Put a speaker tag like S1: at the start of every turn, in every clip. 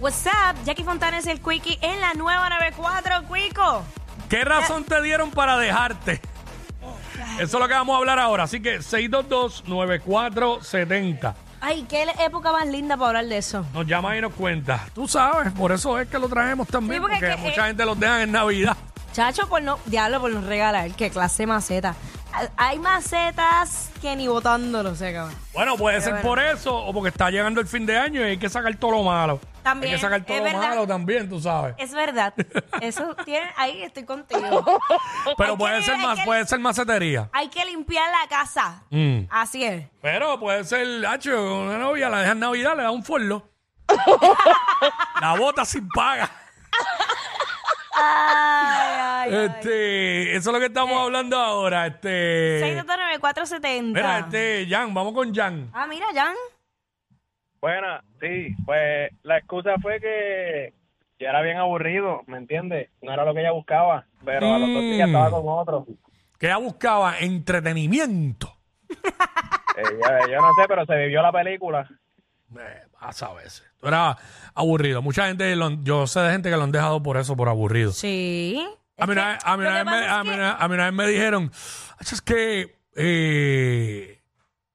S1: What's up? Jackie Fontana es el Quickie en la nueva 94, Quico.
S2: ¿Qué razón te dieron para dejarte? Eso es lo que vamos a hablar ahora. Así que 622-9470.
S1: Ay, qué época más linda para hablar de eso.
S2: Nos llama y nos cuenta. Tú sabes, por eso es que lo traemos también.
S1: Sí, porque
S2: porque
S1: es que-
S2: mucha gente los dejan en Navidad.
S1: Chacho, por no, diablo, por no regalar, qué clase de maceta. Ah, Hay macetas que ni botándolo se acaban.
S2: Bueno, puede ser
S1: bueno.
S2: por eso o porque está llegando el fin de año y hay que sacar todo lo malo.
S1: También,
S2: Hay que sacar todo
S1: es
S2: lo
S1: verdad.
S2: malo también, tú sabes.
S1: Es verdad. Eso tiene, ahí estoy contigo.
S2: Pero
S1: hay
S2: puede
S1: que-
S2: ser
S1: hay
S2: más,
S1: que-
S2: puede ser macetería.
S1: Hay que limpiar la casa.
S2: Mm.
S1: Así es.
S2: Pero puede ser, hacho, una novia la deja en Navidad, le da un forlo. la bota sin paga.
S1: Ay, ay, Eh, ay.
S2: Este, eso es lo que estamos hablando ahora. Este.
S1: 629-470.
S2: Mira, este, Jan, vamos con Jan.
S1: Ah, mira, Jan.
S3: Buena, sí, pues la excusa fue que yo era bien aburrido, ¿me entiendes? No era lo que ella buscaba, pero a los dos días
S2: Mm.
S3: estaba con otro.
S2: Que ella buscaba entretenimiento.
S3: Eh, yo, yo no sé, pero se vivió la película.
S2: Eh, pasa a veces. Tú eras aburrido. Mucha gente, lo han- yo sé de gente que lo han dejado por eso, por aburrido.
S1: Sí.
S2: A mí una vez- a mí
S1: lo
S2: una
S1: que
S2: vez me-
S1: pasa
S2: a
S1: es
S2: mí
S1: que-
S2: una- a mí una vez me dijeron, "Hacho, es que, eh,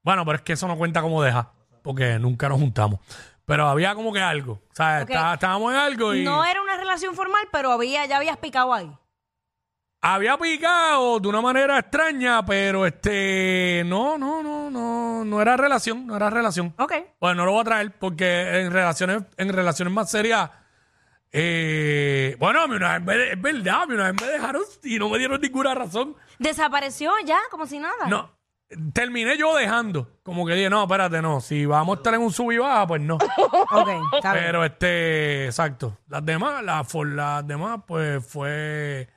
S2: bueno, pero es que eso no cuenta como deja, porque nunca nos juntamos. Pero había como que algo, o sea,
S1: Ok.
S2: está- estábamos en algo y
S1: No era una relación formal, pero había, ya habías picado ahí.
S2: había picado de una manera extraña, pero este, no, no, no, no, no era relación, no era relación.
S1: Ok.
S2: Bueno, no lo voy a traer porque en relaciones, en relaciones más serias. eh, bueno, a mí una vez me- es verdad, a mí una vez me dejaron y no me dieron ninguna razón.
S1: Desapareció ya, como si nada.
S2: No, terminé yo dejando. Como que dije, no, espérate, no. Si vamos a estar en un sub y baja, pues no.
S1: Ok, está bien.
S2: Pero este, exacto. Las demás, las, for- las demás, pues fue.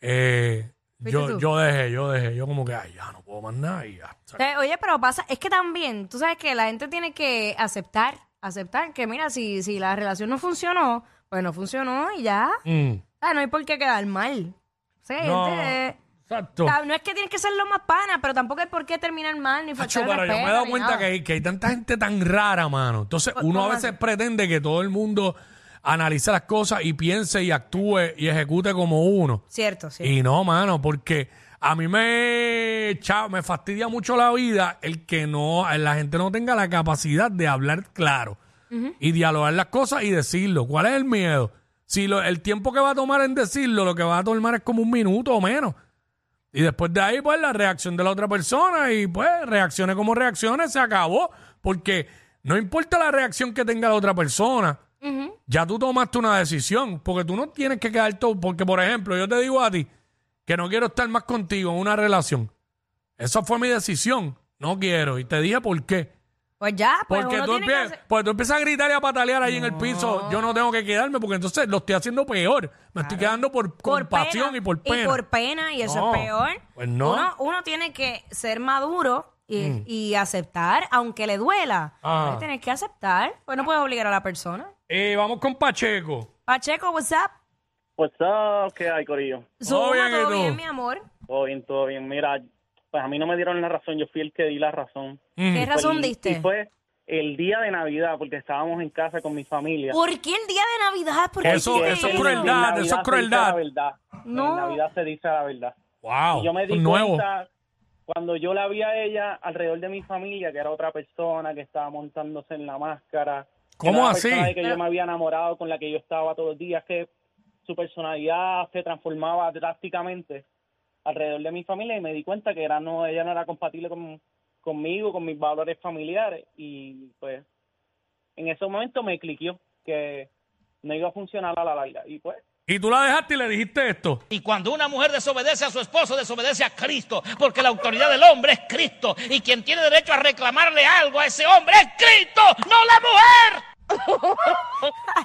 S2: eh,
S1: ¿Fuiste
S2: yo,
S1: tú?
S2: yo dejé, yo dejé. Yo como que, ay, ya no puedo más nada y ya.
S1: O sea, Oye, pero pasa, es que también, tú sabes que la gente tiene que aceptar, aceptar que mira, si, si la relación no funcionó, pues no funcionó y ya.
S2: Mm,
S1: O sea, no hay por qué quedar mal. O sea,
S2: No.
S1: gente, eh,
S2: exacto.
S1: o sea, no es que tienes que ser lo más pana, pero tampoco hay por qué terminar mal ni faltar
S2: Hacho,
S1: el
S2: pero yo me
S1: respeto
S2: he dado
S1: ni
S2: cuenta
S1: nada. Pues,
S2: que hay, que hay tanta gente tan rara, mano. Entonces,
S1: ¿Cómo
S2: uno a
S1: así?
S2: veces pretende que todo el mundo analice las cosas y piense y actúe y ejecute como uno.
S1: Cierto, cierto.
S2: Y no, mano, porque a mí me, cha- me fastidia mucho la vida el que no la gente no tenga la capacidad de hablar claro y dialogar las cosas y decirlo. ¿Cuál es el miedo? Si lo- el tiempo que va a tomar en decirlo, lo que va a tomar es como un minuto o menos. Y después de ahí, pues, la reacción de la otra persona y, pues, reaccione como reaccione, se acabó. Porque no importa la reacción que tenga la otra persona, ya tú tomaste una decisión. Porque tú no tienes que quedar todo. Porque, por ejemplo, yo te digo a ti que no quiero estar más contigo en una relación. Esa fue mi decisión. No quiero. Y te dije por qué.
S1: Pues ya, pues
S2: Porque
S1: uno
S2: tú,
S1: tiene que
S2: empie-
S1: hacer-
S2: porque tú empiezas a gritar y a patalear ahí en el piso. Yo no tengo que quedarme porque entonces lo estoy haciendo peor. Me estoy quedando por,
S1: por
S2: compasión
S1: pena,
S2: y por pena.
S1: Y por pena, y eso
S2: No,
S1: es peor.
S2: pues no. Mm.
S1: Uno, uno tiene que ser maduro y, y aceptar, aunque le duela.
S2: Ah.
S1: Pero Tienes que aceptar, pues no puedes obligar a la persona.
S2: Eh, vamos con Pacheco.
S1: Pacheco, what's up?
S4: Pues, up? ¿Qué hay, Corillo?
S2: Todo bien, ¿y
S1: todo
S2: tú?
S1: bien, mi amor.
S4: Todo bien, todo bien. Mira, pues a mí no me dieron la razón, yo fui el que di la razón.
S2: Mm.
S1: ¿Qué razón
S4: Pues,
S1: diste?
S4: Y fue el día de Navidad, porque estábamos en casa con mi familia.
S1: ¿Por qué el día de Navidad? ¿Por qué
S2: Eso-
S1: hiciste
S2: eso es
S4: En
S2: crueldad,
S4: Navidad
S2: eso es
S4: se dice
S2: crueldad.
S4: La verdad.
S1: No.
S4: En Navidad se dice la verdad.
S2: Wow.
S4: Y yo me di
S2: un nuevo.
S4: cuenta, cuando yo la vi a ella alrededor de mi familia, que era otra persona que estaba montándose en la máscara. que
S2: ¿Cómo
S4: era la
S2: así?
S4: persona de que yo me había enamorado, con la que yo estaba todos los días, que su personalidad se transformaba drásticamente alrededor de mi familia y me di cuenta que era no ella no era compatible con, conmigo, con mis valores familiares y pues en ese momento me cliqueó que no iba a funcionar a la larga y pues
S2: Y tú la dejaste y le dijiste esto.
S5: Y cuando una mujer desobedece a su esposo, desobedece a Cristo, porque la autoridad del hombre es Cristo. Y quien tiene derecho a reclamarle algo a ese hombre es Cristo, no la mujer.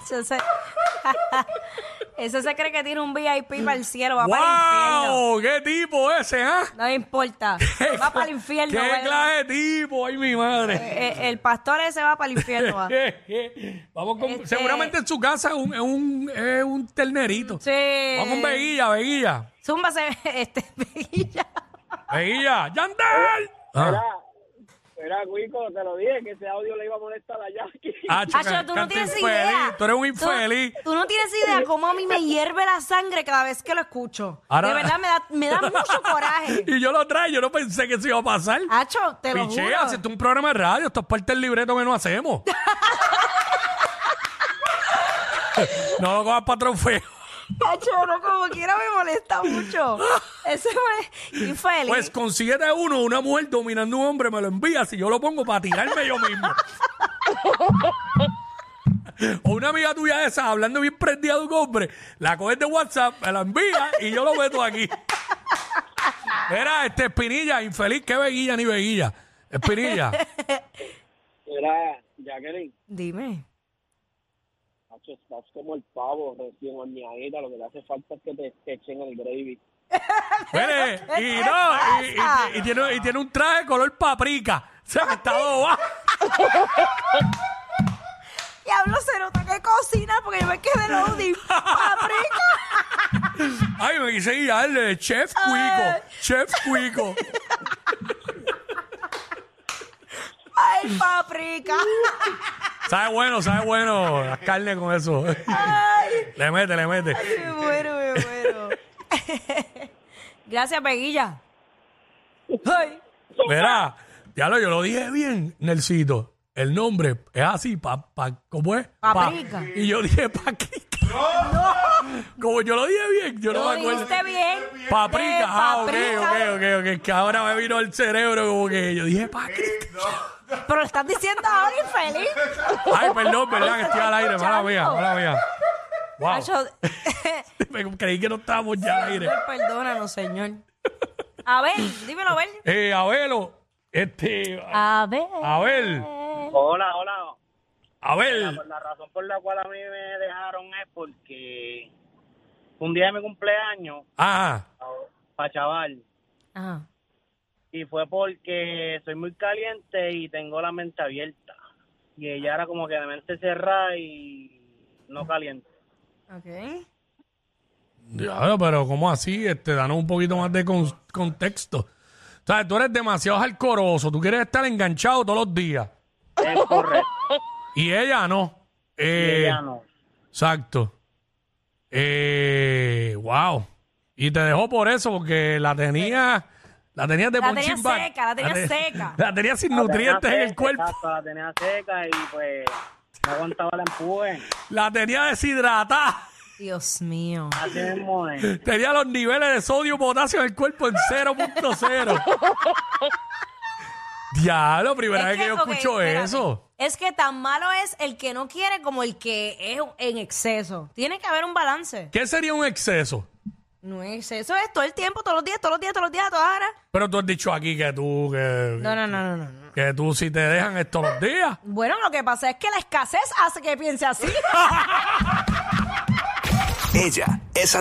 S1: Eso se- Eso se cree que tiene un VIP para el cielo, va para el infierno.
S2: Mm. ¡Wow! ¡Qué tipo ese, ah!
S1: No me importa. Va para el infierno.
S2: ¡Qué
S1: güey.
S2: clase de tipo! ¡Ay, mi madre!
S1: Eh, eh, el pastor ese va para el infierno. va.
S2: Vamos con.
S1: Este-
S2: Seguramente en su casa es un, es un, es un ternerito.
S1: Sí.
S2: Vamos con Veguilla, Veguilla.
S1: Zumba se este Veguilla.
S2: Veguilla, Yandel. Ah,
S4: Era, Mira, Cuico, te lo dije que ese audio le iba a molestar a Jackie.
S2: Ah, chica,
S1: Acho, tú no
S2: canto
S1: tienes
S2: infeliz,
S1: idea.
S2: Tú eres un
S1: Tú-
S2: infeliz.
S1: Tú, no tienes idea cómo a mí me hierve la sangre cada vez que lo escucho.
S2: Ahora-
S1: De verdad, me da, me da mucho coraje.
S2: y yo lo traigo, yo no pensé que se iba a pasar.
S1: Hacho, Ah, te lo
S2: Pichea,
S1: juro.
S2: si esto es un programa de radio, esto es parte del libreto que no hacemos. no lo cojas para trofeo.
S1: Hacho, no, como quiera me molesta mucho. Eso es infeliz.
S2: Pues consíguete uno, una mujer dominando un hombre, me lo envías y yo lo pongo para tirarme yo mismo. o una amiga tuya de esa, hablando bien prendida de un hombre, la coges de WhatsApp, me la envía y yo lo meto aquí. Era este Espinilla, infeliz, que veguilla ni veguilla. Espinilla,
S4: Mira, Jacqueline,
S1: Dime.
S4: macho, estás como el pavo recién horneadita. Lo que le hace falta es que te, te echen el gravy.
S2: mire, y no, y- y, y tiene, y tiene un traje color paprika. O sea, que está boba.
S1: Y hablo se nota que cocina porque yo me quedé loading. Paprika.
S2: Ay, me quise guiarle, Chef
S1: Ay.
S2: Cuico, Chef Cuico.
S1: Ay, paprika.
S2: Sabe bueno, sabe bueno las carnes con eso.
S1: Ay,
S2: le mete, le mete.
S1: me muero, me muero. Gracias, Peguilla. Ay.
S2: Verá, ya lo, yo lo dije bien, Nelsito. El nombre es así, pa, pa, ¿cómo es? Pa-
S1: Paprika.
S2: y yo dije paprika. Como yo lo dije bien, yo no
S1: Lo
S2: me acuerdo.
S1: dijiste bien.
S2: Paprika,
S1: Eh,
S2: ah, ok,
S1: paprika.
S2: ok, ok, ok. Es que ahora me vino el cerebro como que yo dije paprika.
S1: Pero lo estás diciendo ahora infeliz.
S2: Ay, perdón, verdad, que estoy al aire, mala mía, mala mía. Wow.
S1: Nacho,
S2: Me creí que no estábamos ya al aire.
S1: perdónanos, señor. A ver, dímelo, a ver.
S2: Eh, Abelo, este,
S1: A ver.
S2: Abel,
S4: Hola, hola.
S2: Abel.
S4: Pues la razón por la cual a mí me dejaron es porque un día de mi cumpleaños,
S2: Ah,
S4: para chaval,
S1: Ajá.
S4: y fue porque soy muy caliente y tengo la mente abierta. Y ella era como que de mente cerrada y no caliente.
S1: Ok.
S2: diablo, pero ¿cómo así? Este, danos un poquito más de con- contexto. O sea, tú eres demasiado alcoroso, tú quieres estar enganchado todos los días.
S4: Es correcto.
S2: Y ella no.
S4: Y
S2: Eh,
S4: ella no.
S2: Exacto. Eh, wow. Y te dejó por eso, porque la tenía, la tenías de
S1: La
S2: punching
S1: tenías
S2: bag.
S1: seca, la tenías
S2: te-
S1: seca.
S2: La tenías sin
S4: La tenía
S2: nutrientes en el
S4: seca,
S2: cuerpo.
S4: exacto, La tenía seca y pues no aguantaba el empuje.
S2: La tenía deshidratada.
S1: Dios mío.
S4: Así mismo es.
S2: Tenía los niveles de sodio y potasio en el cuerpo en 0.0. Diablo, primera vez que, yo
S1: ok,
S2: escucho
S1: espérate.
S2: eso.
S1: Es que tan malo es el que no quiere como el que es en exceso. Tiene que haber un balance.
S2: ¿Qué sería un exceso?
S1: No es exceso, es todo el tiempo, todos los días, todos los días, todos los días, a todas horas.
S2: Pero tú has dicho aquí que tú, que,
S1: No, no, no, no, no. no.
S2: que tú si te dejan estos los días.
S1: Bueno, lo que pasa es que la escasez hace que piense así.
S6: Ella es